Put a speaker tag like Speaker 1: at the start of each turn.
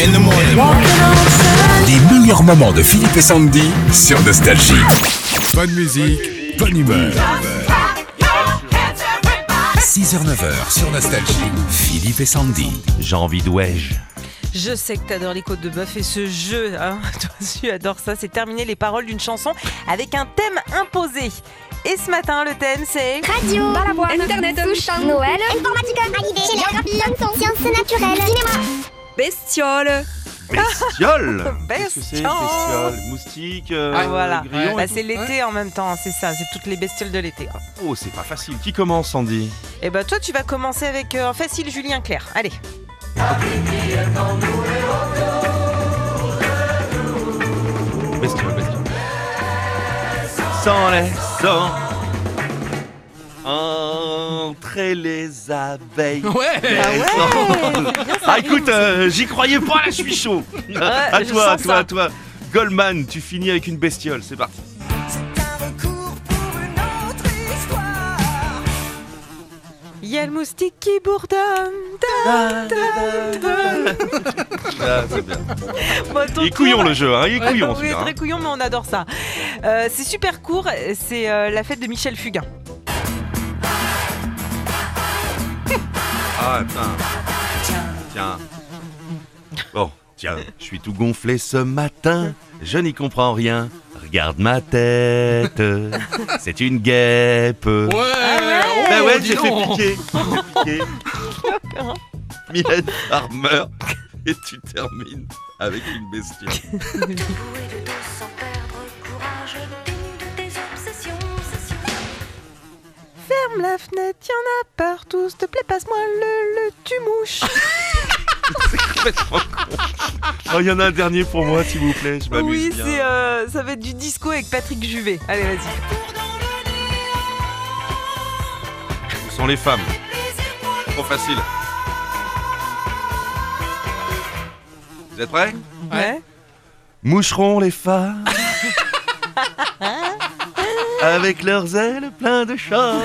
Speaker 1: in the morning.
Speaker 2: Les meilleurs moments de Philippe et Sandy sur Nostalgie. Bonne musique, bonne humeur. 6h, 9h sur Nostalgie. Philippe et Sandy.
Speaker 3: J'ai envie de wesh.
Speaker 4: Je sais que t'adores les côtes de bœuf et ce jeu, hein, toi tu adores ça, c'est terminer les paroles d'une chanson avec un thème imposé. Et ce matin, le thème c'est...
Speaker 5: Radio,
Speaker 6: Balavoine,
Speaker 5: Internet,
Speaker 6: Touchant,
Speaker 5: Noël, Informatique, Alidée, Géographie, Sciences naturelles, Cinéma,
Speaker 6: Bestiole.
Speaker 3: Bestiole
Speaker 4: Qu'est-ce que c'est, Bestiole.
Speaker 3: bestiole
Speaker 4: bestiole
Speaker 3: Moustique, euh,
Speaker 4: Ah, voilà.
Speaker 3: grillon
Speaker 4: Bah, c'est l'été en même temps, c'est ça, c'est toutes les bestioles de l'été.
Speaker 3: Oh, c'est pas facile. Qui commence, Sandy
Speaker 4: Et bah toi tu vas commencer avec euh, un facile Julien Clerc, allez.
Speaker 3: Bestiole, bestiole. Sans les sans. Entrez les abeilles.
Speaker 1: Ouais
Speaker 4: Ah ouais
Speaker 3: Ah écoute, euh, j'y croyais pas, là je suis chaud. à
Speaker 4: je
Speaker 3: toi, à
Speaker 4: sens
Speaker 3: toi,
Speaker 4: ça.
Speaker 3: à toi. Goldman, tu finis avec une bestiole, c'est parti.
Speaker 4: Il y a le moustique qui bourdonne. dun, dun, dun.
Speaker 3: Ah, c'est bien.
Speaker 4: Bah, ton
Speaker 3: Il est couillon
Speaker 4: tour.
Speaker 3: le jeu, hein, il est couillon
Speaker 4: Oui,
Speaker 3: celui-là. hein.
Speaker 4: très couillon, mais on adore ça. Euh, c'est super court, c'est euh, la fête de Michel Fugain.
Speaker 3: Ah, putain. Tiens. Bon, tiens, je suis tout gonflé ce matin. Je n'y comprends rien. Regarde ma tête. C'est une guêpe.
Speaker 1: Ouais, oh,
Speaker 3: Bah ouais,
Speaker 1: dis
Speaker 3: j'ai fait
Speaker 1: donc.
Speaker 3: piquer. J'ai fait piquer. Mylène Farmer. Et tu termines avec une bestiole.
Speaker 5: sans perdre courage, d'une de tes obsessions,
Speaker 4: Ferme la fenêtre, y en a partout. S'il te plaît, passe-moi le, le tu mouches.
Speaker 3: Oh, il y en a un dernier pour moi, s'il vous plaît. Je m'amuse
Speaker 4: oui,
Speaker 3: bien.
Speaker 4: c'est, euh, ça va être du disco avec Patrick Juvet. Allez, vas-y.
Speaker 3: Où sont les femmes Trop facile. Vous êtes prêts
Speaker 4: Ouais.
Speaker 3: Moucheront les phares Avec leurs ailes pleines de charme